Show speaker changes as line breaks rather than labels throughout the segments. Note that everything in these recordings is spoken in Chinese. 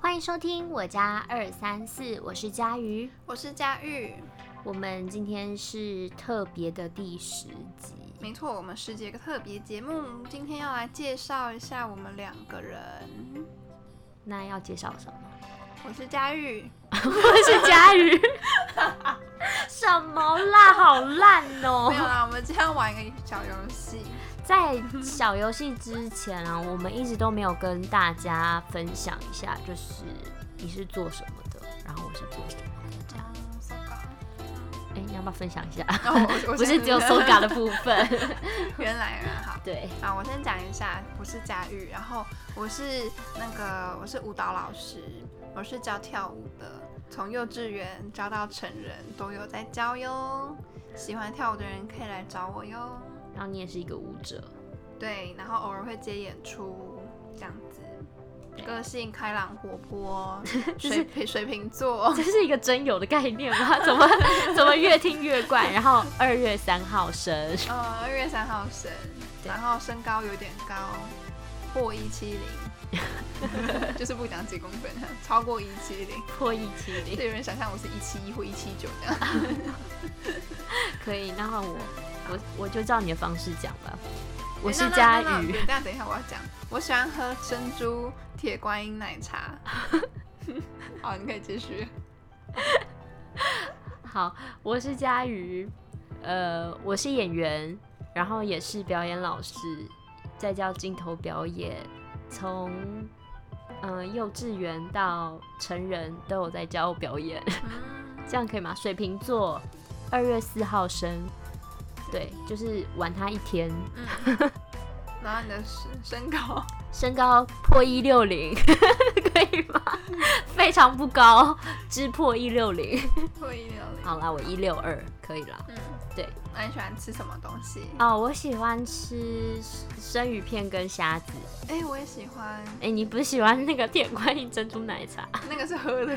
欢迎收听我家二三四，我是佳瑜。
我是佳玉，
我们今天是特别的第十集，
没错，我们十几个特别节目，今天要来介绍一下我们两个人。
那要介绍什 么？
我是佳玉，
我是佳瑜。 什么啦，好烂哦、
没有啦，我们今天玩一个小游戏，
在小游戏之前啊，我们一直都没有跟大家分享一下，就是你是做什么的，然后我是做什么的。这样，
讲 s o
哎、你要不要分享一下？
然后哦我我
不是
先
只有 Soga 的，部分。
原来啊，好。
对，
啊，我先讲一下，我是佳玉，然后我是那个我是舞蹈老师，我是教跳舞的，从幼稚园教到成人都有在教哟。喜欢跳舞的人可以来找我哟。
然后你也是一个舞者，
对，然后偶尔会接演出这样子。
对
个性开朗活泼，
就是
水瓶水 瓶座，
这是一个真有的概念吗？怎么怎么越听越怪？然后二月三号生，
呃，二月三号生，
对
然后身高有点高，破一七零， 就是不讲几公分，超过一七零。
破一七零，
对，有人想象我是一七一或一七九这样。
可以。那我我我就照你的方式讲吧。我是
哎那
佳
那那
瑜
那，那等一下，我要讲，我喜欢喝珍珠铁观音 奶茶。好，你可以继续。
好，我是佳瑜，呃，我是演员，然后也是表演老师，在教镜头表演，从呃幼稚园到成人都有在教表演，
嗯，
这样可以吗？水瓶座，二月四号生，对，就是晚他一天，
然后你的身身高，
身高破一六零， 可以吗？非常不高，只破一六零。
会一六零。
好啦，我一六二，可以啦。
嗯，
对。
那你喜欢吃什么东西？
哦，我喜欢吃生鱼片跟虾子。
哎、我也喜欢，
哎、你不是喜欢那个铁观音珍珠奶茶？
那个是喝的。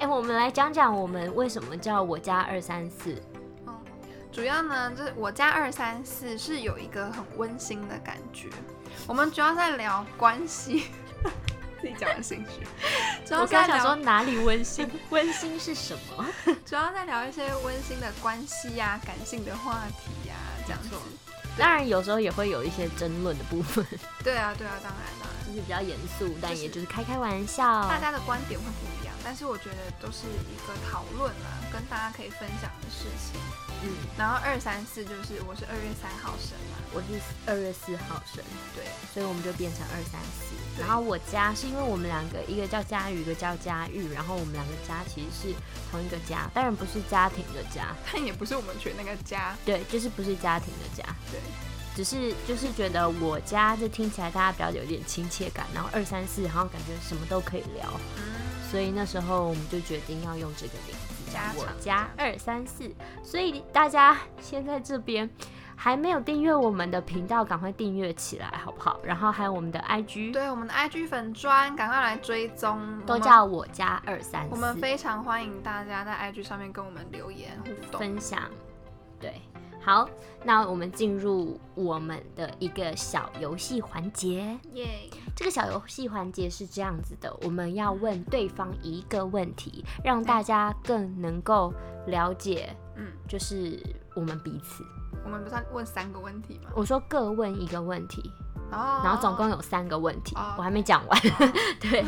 哎、我们来讲讲我们为什么叫我家二三四。
嗯， 主要呢，就是我家二三四是有一个很温馨的感觉。我们主要在聊关系， 自己讲的心虚。 主要
我
在
刚想
聊
说哪里温馨， 温馨是什么？
主要在聊一些温馨的关系呀、感性的话题呀、啊这样子。
当然有时候也会有一些争论的部分，
对啊，对啊，当然啦、
就是比较严肃，但
就是
也就是开开玩笑。
大家的观点会不一样，但是我觉得都是一个讨论啊，跟大家可以分享的事情。
嗯，
然后二三四就是我是二月三号生嘛，
我是二月四号生，
对，
所以我们就变成二三四。
对
然后我家是因为我们两个，一个叫佳瑜，一个叫佳玉，然后我们两个家其实是同一个家，当然不是家庭的家，
但也不是我们学那个家，
对，就是不是家庭的家，
对，
只是就是觉得我家这听起来大家比较有点亲切感，然后二三四好像感觉什么都可以聊，
嗯，
所以那时候我们就决定要用这个名字，
家常
我家二三四。所以大家先在这边还没有订阅我们的频道，赶快订阅起来好不好？然后还有我们的 IG
对，我们的 IG 粉砖赶快来追踪，
都
我们
叫我家二三
我们
四，
非常欢迎大家在 IG 上面跟我们留言互动。
分享。对，好，那我们进入我们的一个小游戏环节。
耶
这个小游戏环节是这样子的，我们要问对方一个问题，让大家更能够了解，
嗯，
就是我们彼此。
我们不是要问三个问题吗？
我说各问一个问题，
哦
然后总共有三个问题
哦，
我还没讲 完。对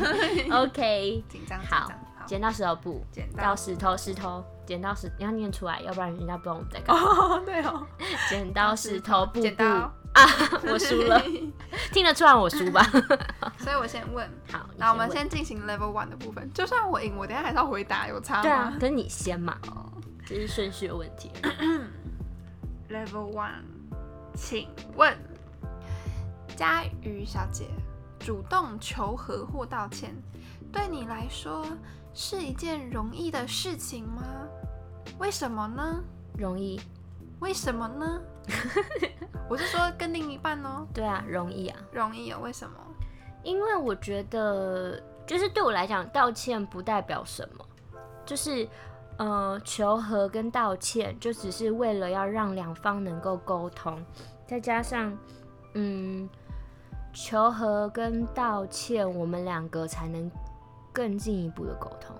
，OK，
紧张，紧
好
张，好，
剪刀石头布，
剪
到
刀，
石头石头，剪刀石，你要念出来，要不然人家不知道我们在干嘛。
哦，对哦，
剪刀石头布
剪
布，
刀，
啊我输了，听得出来我输吧？
所以我先问，
好，你
那我们
问
先进行 level one 的部分。就算我赢，我等一下还是要回答，有差
对啊
吗，
可是你先嘛，
哦
这是顺序的问题。
？level one，请问佳瑜小姐，主动求和或道歉，对你来说是一件容易的事情吗？为什么呢？
容易，
为什么呢？ 我是说跟另一半哦，
对啊，容易啊，
容易哦，为什么？
因为我觉得就是对我来讲，道歉不代表什么，就是呃，求和跟道歉就只是为了要让两方能够沟通，再加上嗯，求和跟道歉，我们两个才能更进一步的沟通。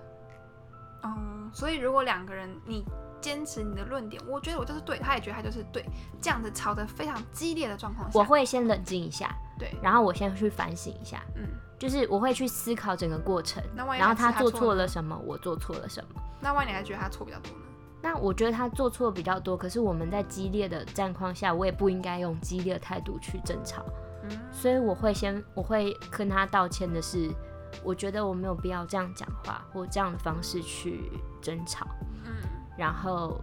嗯，所以如果两个人你坚持你的论点，我觉得我就是对，他也觉得他就是对，这样子吵得非常激烈的状况下，
我会先冷静一下，
对，
然后我先去反省一下，
嗯，
就是我会去思考整个过程，
那万一
然后
还是他
做
错
错
呢
了什么，我做错了什么。
那万一你还觉得他错比较多呢？
那我觉得他做错比较多，可是我们在激烈的战况下，我也不应该用激烈的态度去争吵，
嗯，
所以我会先我会跟他道歉的是，我觉得我没有必要这样讲话或这样的方式去争吵，
嗯，
然后，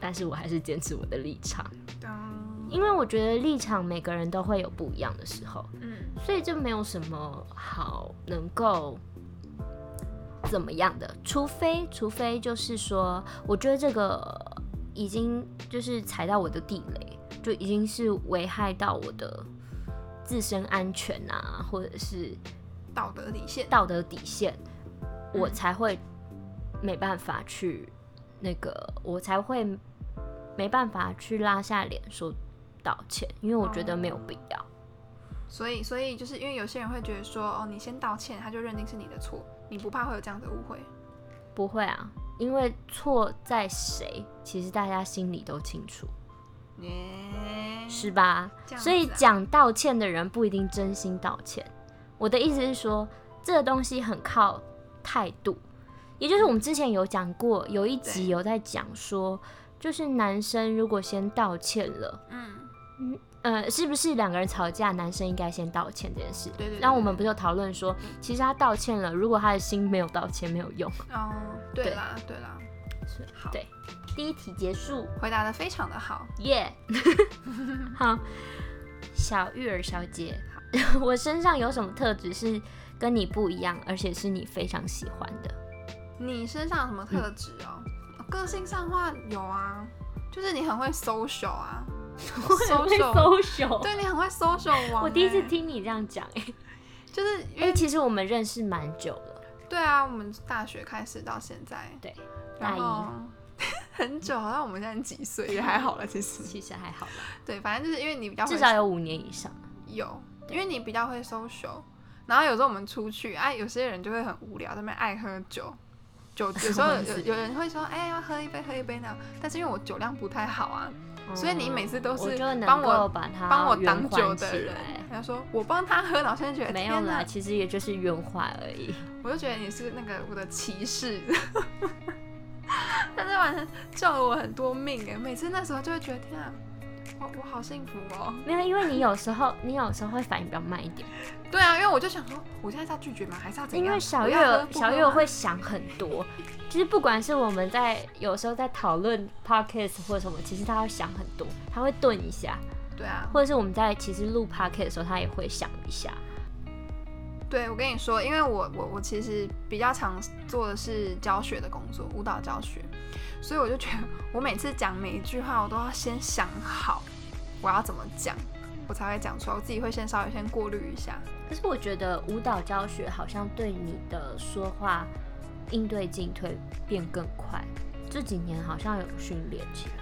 但是我还是坚持我的立场，
嗯，
因为我觉得立场每个人都会有不一样的时候，
嗯，
所以这没有什么好能够怎么样的，除非除非就是说，我觉得这个已经就是踩到我的地雷，就已经是危害到我的自身安全啊，或者是
道德底线，
道德底线，
嗯
我才会没办法去那个，我才会没办法去拉下脸说道歉，因为我觉得没有必要。
所以，所以就是因为有些人会觉得说，哦，你先道歉，他就认定是你的错，你不怕会有这样的误会？
不会啊，因为错在谁，其实大家心里都清楚，
耶，
是吧？
这样子
所
啊
以讲道歉的人不一定真心道歉。我的意思是说，这个东西很靠态度，也就是我们之前有讲过，有一集
对
有在讲说，就是男生如果先道歉了，
嗯，
呃，是不是两个人吵架，男生应该先道歉这件事？
对对对
然后我们不是有讨论说，其实他道歉了，如果他的心没有道歉，没有用。
哦，对
对
啦，对啦，
是
好，
对第一题结束。
回答的非常的好，
耶、 好，小玉儿小姐， 我身上有什么特质是跟你不一样，而且是你非常喜欢的？
你身上有什么特质哦？
嗯
个性上的话有啊，就是你很会 social 啊 ，social，
social。
对啊你很会 social 王、欸
我第一次，听你这样讲、哎，
就是因
哎、
为、
其实我们认识蛮久了，
对啊，我们大学开始到现在，
对，大
然后
一
很久，好像我们现在几岁也还好了，其实
其实还好吧，
对，反正就是因为你比较会
至少有五年以上。
有，因为你比较会 social，然后有时候我们出去，哎、有些人就会很无聊，在那边爱喝酒。酒有时候有有有人会说，哎、要喝一杯，喝一杯那种，但是因为我酒量不太好啊，所以你每次都
哦我
是
就能
帮我
够把它
帮我
圆
挡酒
环
的
起
人
来，
他说我帮他喝，然后现在觉得
没有
天
啦，
哪，
其实也就是圆环而已。
我就觉得你是那个我的骑士， 但是晚上救了我很多命哎，每次那时候就会觉得天啊，我我好幸福哦。
没有，因为你有时候你有时候会反应比较慢一点。
对啊，因为我就想说，我现在是要拒绝吗？还是要怎样？
因为小
我
月
要喝
儿
不
小
喝
月儿
吗
会想很多，就是不管是我们在有时候在讨论 podcast 或什么，其实她会想很多，她会顿一下，
对啊，
或者是我们在其实录 podcast 的时候，她也会想一下。
对我跟你说，因为我我我其实比较常做的是教学的工作，舞蹈教学，所以我就觉得我每次讲每一句话，我都要先想好我要怎么讲，我才会讲出来。我自己会先稍微先过滤一下。
可是我觉得舞蹈教学好像对你的说话应对进退变更快，这几年好像有训练起来。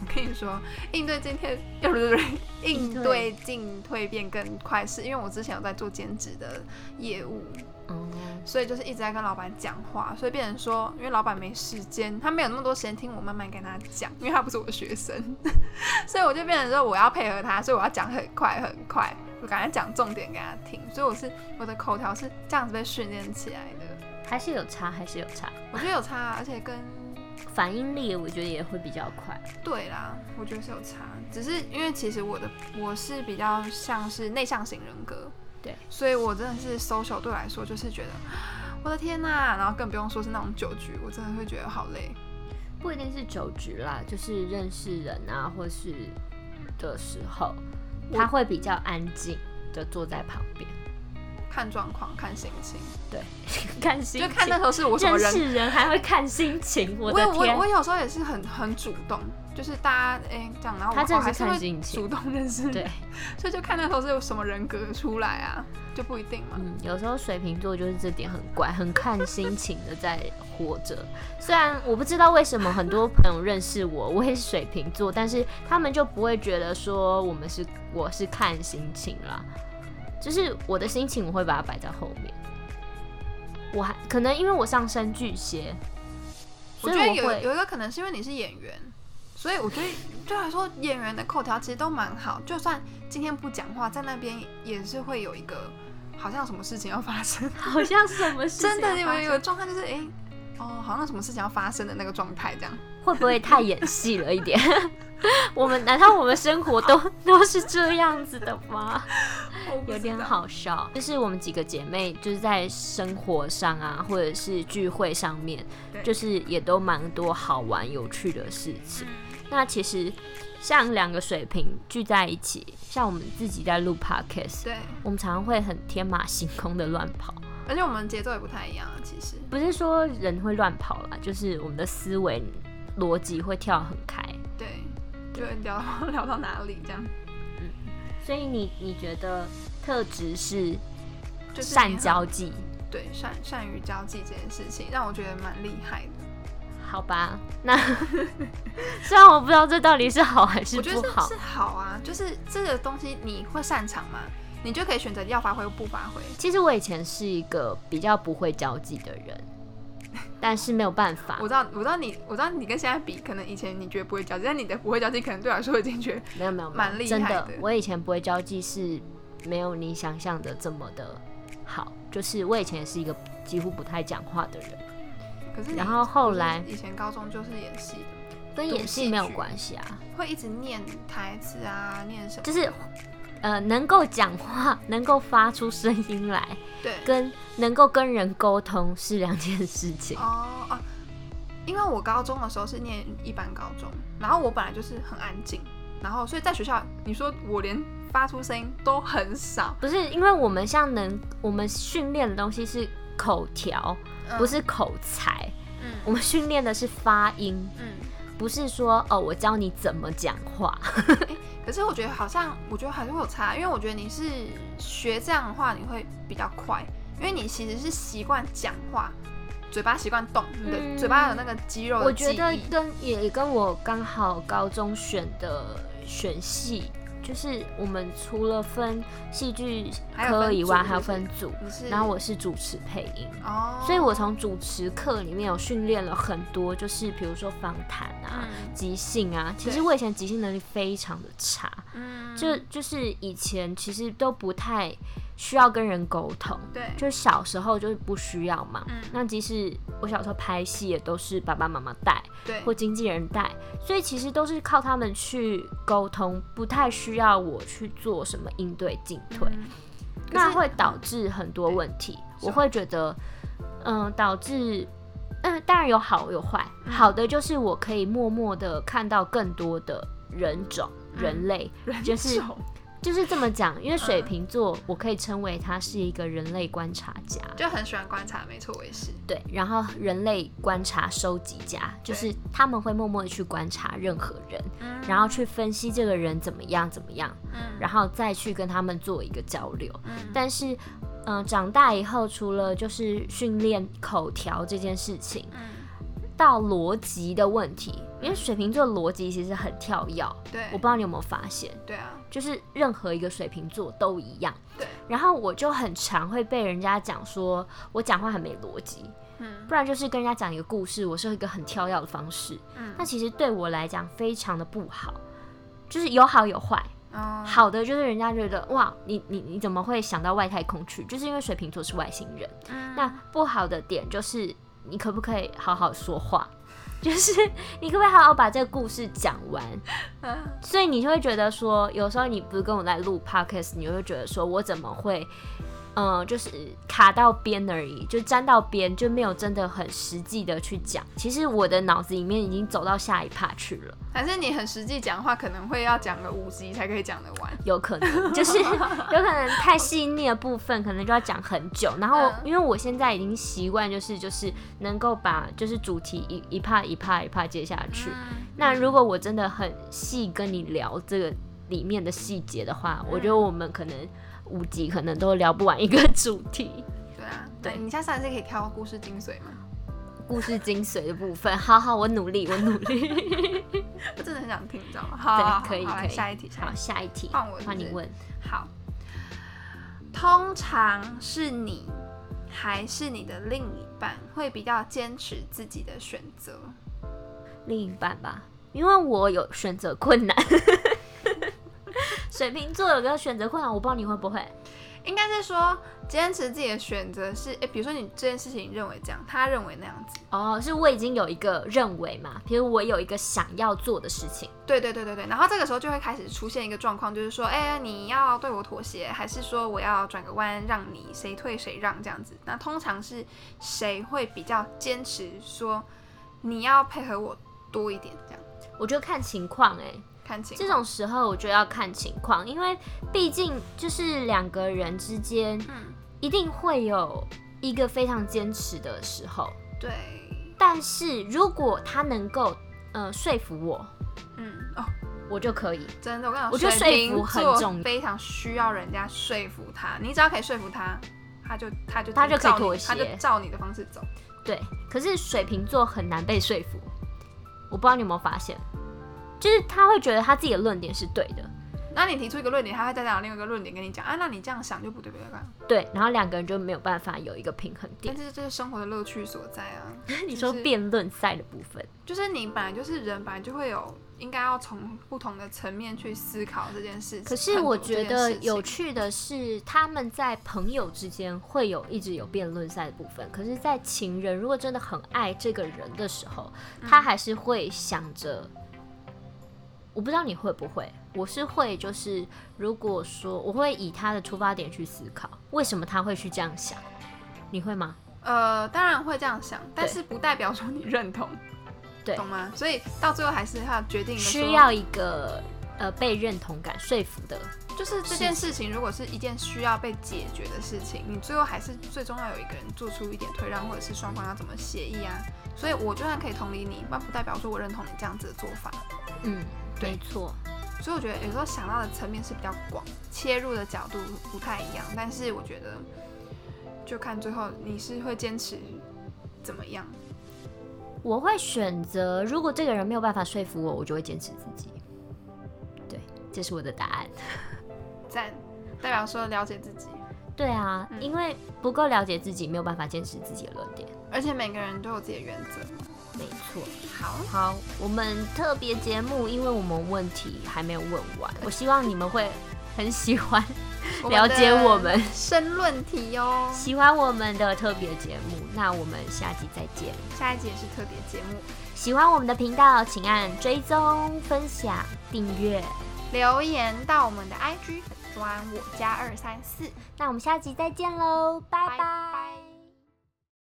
我跟你说，应对进退，对不对？应
应
对
对
进退变更快，是因为我之前有在做兼职的业务，
嗯，
所以就是一直在跟老板讲话，所以变成说，因为老板没时间，他没有那么多时间听我慢慢跟他讲，因为他不是我的学生， 所以我就变成说我要配合他，所以我要讲很快很快，我赶快讲重点给他听，所以我是我的口条是这样子被训练起来的，
还是有差，还是有差，
我觉得有差啊，而且跟
反应力我觉得也会比较快。
对啦，我觉得是有差，只是因为其实我的我是比较像是内向型人格，
对，
所以我真的是 social 对我来说就是觉得。 我的天呐，然后更不用说是那种酒局，我真的会觉得好累。
不一定是酒局啦，就是认识人啊，或是的时候，他会比较安静的坐在旁边，
看状况，看心情，
对，看心
就
情。
看那时候是我什么
认
人。
识人还会看心情，我
我
的
有我
天！
我有时候也是很很主动，就是大家哎、诶这样，然后我
他真
我
的是
还是
看
会
心情
主动认识人，
对，
所以就看那时候是有什么人格出来啊，就不一定嘛。
嗯，有时候水瓶座就是这点很怪，很看心情的在活着。虽然我不知道为什么很多朋友认识我，我也是水瓶座，但是他们就不会觉得说我们是我是看心情啦。就是我的心情我会把它摆在后面。我还可能因为我上升巨蟹，
我
所以
觉得
我
有
会
有一个可能是因为你是演员，所以我觉得对我来说演员的口条其实都蛮好，就算今天不讲话，在那边也是会有一个好像有什么事情要发生。
好像什么事
真
情
的，
要
你
发
们有个
生
状态就是哎、诶哦，好像有什么事情要发生的那个状态这样。
会不会太演戏了一点？ 我们难道我们生活都都是这样子的吗？有点好笑，就是我们几个姐妹就是在生活上啊，或者是聚会上面
对，
就是也都蛮多好玩有趣的事情。那其实像两个水瓶聚在一起，像我们自己在录 podcast，
对，
我们常常会很天马行空的乱跑。
而且我们节奏也不太一样，啊其实
不是说人会乱跑啦，就是我们的思维逻辑会跳很开。
对，就聊聊到 哪里这样，
所以你你觉得特质是
就是你
善
很
交际，
对善善于交际这件事情，让我觉得蛮厉害的。
好吧？那 虽然我不知道这到底是好还是
我觉得
不
是
好
是，好啊，就是这个东西你会擅长吗？你就可以选择要发挥或不发挥。
其实我以前是一个比较不会交际的人，但是没有办法
我，知道，我知道你，我知道你跟现在比，可能以前你觉得不会交际，但你的不会交际可能对我来说已经觉得
没有没有，没有
蛮厉
真
害
的
的。
我以前不会交际是没有你想象的这么的好，就是我以前是一个几乎不太讲话的人。
可是你
然后后来
就是以前高中就是演戏的，
跟演戏没有关系啊，
会一直念台词啊，念什么？
就是呃能够讲话、能够发出声音来，
对，
跟能够跟人沟通是两件事情。
哦哦，因为我高中的时候是念一般高中，然后我本来就是很安静，然后所以在学校，你说我连发出声音都很少，
不是因为我们像能我们训练的东西是口条，
嗯
不，是口才，
嗯
我们训练的是发音，
嗯。
不是说哦我教你怎么讲话。
可是我觉得好像，我觉得还是会有差，因为我觉得你是学这样的话，你会比较快，因为你其实是习惯讲话，嘴巴习惯动，你的、
嗯
嘴巴有那个肌肉的
我
哦记
觉
忆。
得跟也跟我刚好高中选的选系，就是我们除了分戏剧
还有分
科以外，
组
还有
是不是
分组，
你是，
然后我是主持配音，
哦，
所以我从主持课里面有训练了很多，就是比如说访谈啊、
嗯
即兴啊。其实
对
我以前即兴能力非常的差，
嗯
就就是以前其实都不太需要跟人沟通，
对
就小时候就是不需要嘛。
嗯
那即使我小时候拍戏也都是爸爸妈妈带
对
或经纪人带，所以其实都是靠他们去沟通，不太需要我去做什么应对进退。
嗯可
那
是
会导致很多问题。
对啊
我会觉得，嗯，导致，嗯，当然有好有坏。
嗯
好的就是我可以默默的看到更多的人种、人类，就是
手
就是这么讲。因为水
嗯嗯
瓶座，我可以称为他是一个人类观察家，
就很喜欢观察，没错，我也是。
对，然后人类观察收集家，就是他们会默默的去观察任何人，
嗯
然后去分析这个人怎么样怎么样，
嗯
然后再去跟他们做一个交流。
嗯
但是，嗯、长大以后，除了就是训练口条这件事情，
嗯，
到逻辑的问题，因为水瓶座逻辑其实很跳跃，
对，
我不知道你有没有发现，
对啊，
就是任何一个水瓶座都一样。
对，
然后我就很常会被人家讲说我讲话很没逻辑，
嗯
不然就是跟人家讲一个故事，我是一个很跳跃的方式。
嗯
那其实对我来讲非常的不好，就是有好有坏。
哦
好的就是人家觉得哇，你你你怎么会想到外太空去？就是因为水瓶座是外星人。
嗯
那不好的点就是你可不可以好好说话？ 就是你可不可以好好把这个故事讲完？
嗯
所以你就会觉得说，有时候你不是跟我在录 podcast，你就会觉得说我怎么会，嗯、就是卡到边而已，就沾到边，就没有真的很实际的去讲。其实我的脑子里面已经走到下一趴去了。
还是你很实际讲话，可能会要讲个五集才可以讲得完。
有可能， 就是有可能太细腻的部分，可能就要讲很久。然后
嗯
因为我现在已经习惯，就是就是能够把就是主题一一帕一帕一帕接下去。
嗯
那如果我真的很细跟你聊这个里面的细节的话，
嗯
我觉得我们可能五集可能都聊不完一个主题。
对啊，
对
对你下次还是可以挑故事精髓嘛。
故事精髓的部分，好好，我努力，我努力。
我真的很想听，你知道吗？好，好
呃 对，
好
可以，
好来
可以。
下一题，下
好，
一题。
下一题，
换我是不
换你
是
问。
好，通常是你还是你的另一半会比较坚持自己的选择。
另一半吧，因为我有选择困难。 水瓶座有个选择困难，我不知道你会不会。
应该是说坚持自己的选择是，诶、比如说你这件事情认为这样，他认为那样子，
哦，是我已经有一个认为嘛，比如我有一个想要做的事情，
对对对对对。然后这个时候就会开始出现一个状况，就是说，哎、你要对我妥协，还是说我要转个弯让你谁退谁让这样子？那通常是谁会比较坚持说你要配合我多一点这样？
我就看情况哎、
看情
这
况
种时候我就要看情况，因为毕竟就是两个人之间
嗯，
一定会有一个非常坚持的时候，
对，
但是如果他能够呃说服我，
嗯，哦，
我就可以。
真的，我跟你讲，
我觉得
水瓶
说服很
座
重要
非常需要人家说服他。你只要可以说服他，他就他就
他就可以
照你
妥协
他就照你的方式走。
对，可是水瓶座很难被说服，我不知道你有没有发现，就是他会觉得他自己的论点是对的，
那你提出一个论点，他会再讲另外一个论点跟你讲啊，那你这样想就不对不对吧？
对，然后两个人就没有办法有一个平衡点
但。是这是生活的乐趣所在啊。
你说辩论赛的部分，
就是你本来就是人，本来就会有应该要从不同的层面去思考这件事情。
可是我觉
探
得
讨这件事情
有趣的是，他们在朋友之间会有一直有辩论赛的部分，可是，在情人如果真的很爱这个人的时候，
嗯
他还是会想着。我不知道你会不会，我是会，就是如果说我会以他的出发点去思考，为什么他会去这样想，你会吗？
呃，当然会这样想，但是不代表说你认同，
对
懂吗？所以到最后还是要决定了说
需要一个呃被认同感说服的
就是这件事情，如果是一件需要被解决的事情，你最后还是最终要有一个人做出一点退让，或者是双方要怎么协议啊。所以我就算可以同理你，那不代表说我认同你这样子的做法。
嗯，
对
没错，
所以我觉得有时候想到的层面是比较广，切入的角度不太一样，但是我觉得就看最后你是会坚持怎么样。
我会选择，如果这个人没有办法说服我，我就会坚持自己。对，这是我的答案。
赞，代表说了解自己，
对啊，
嗯
因为不够了解自己，没有办法坚持自己的论点。
而且每个人都有自己的原则。
没错。
好，
好，我们特别节目，因为我们问题还没有问完，我希望你们会很喜欢，了解我们
申论题哦。
喜欢我们的特别节目。那我们下集再见。
下一集也是特别节目，
喜欢我们的频道，请按追踪、分享、订阅。
留言到我们的 IG 粉砖我加二三四。
那我们下集再见喽，拜
拜
拜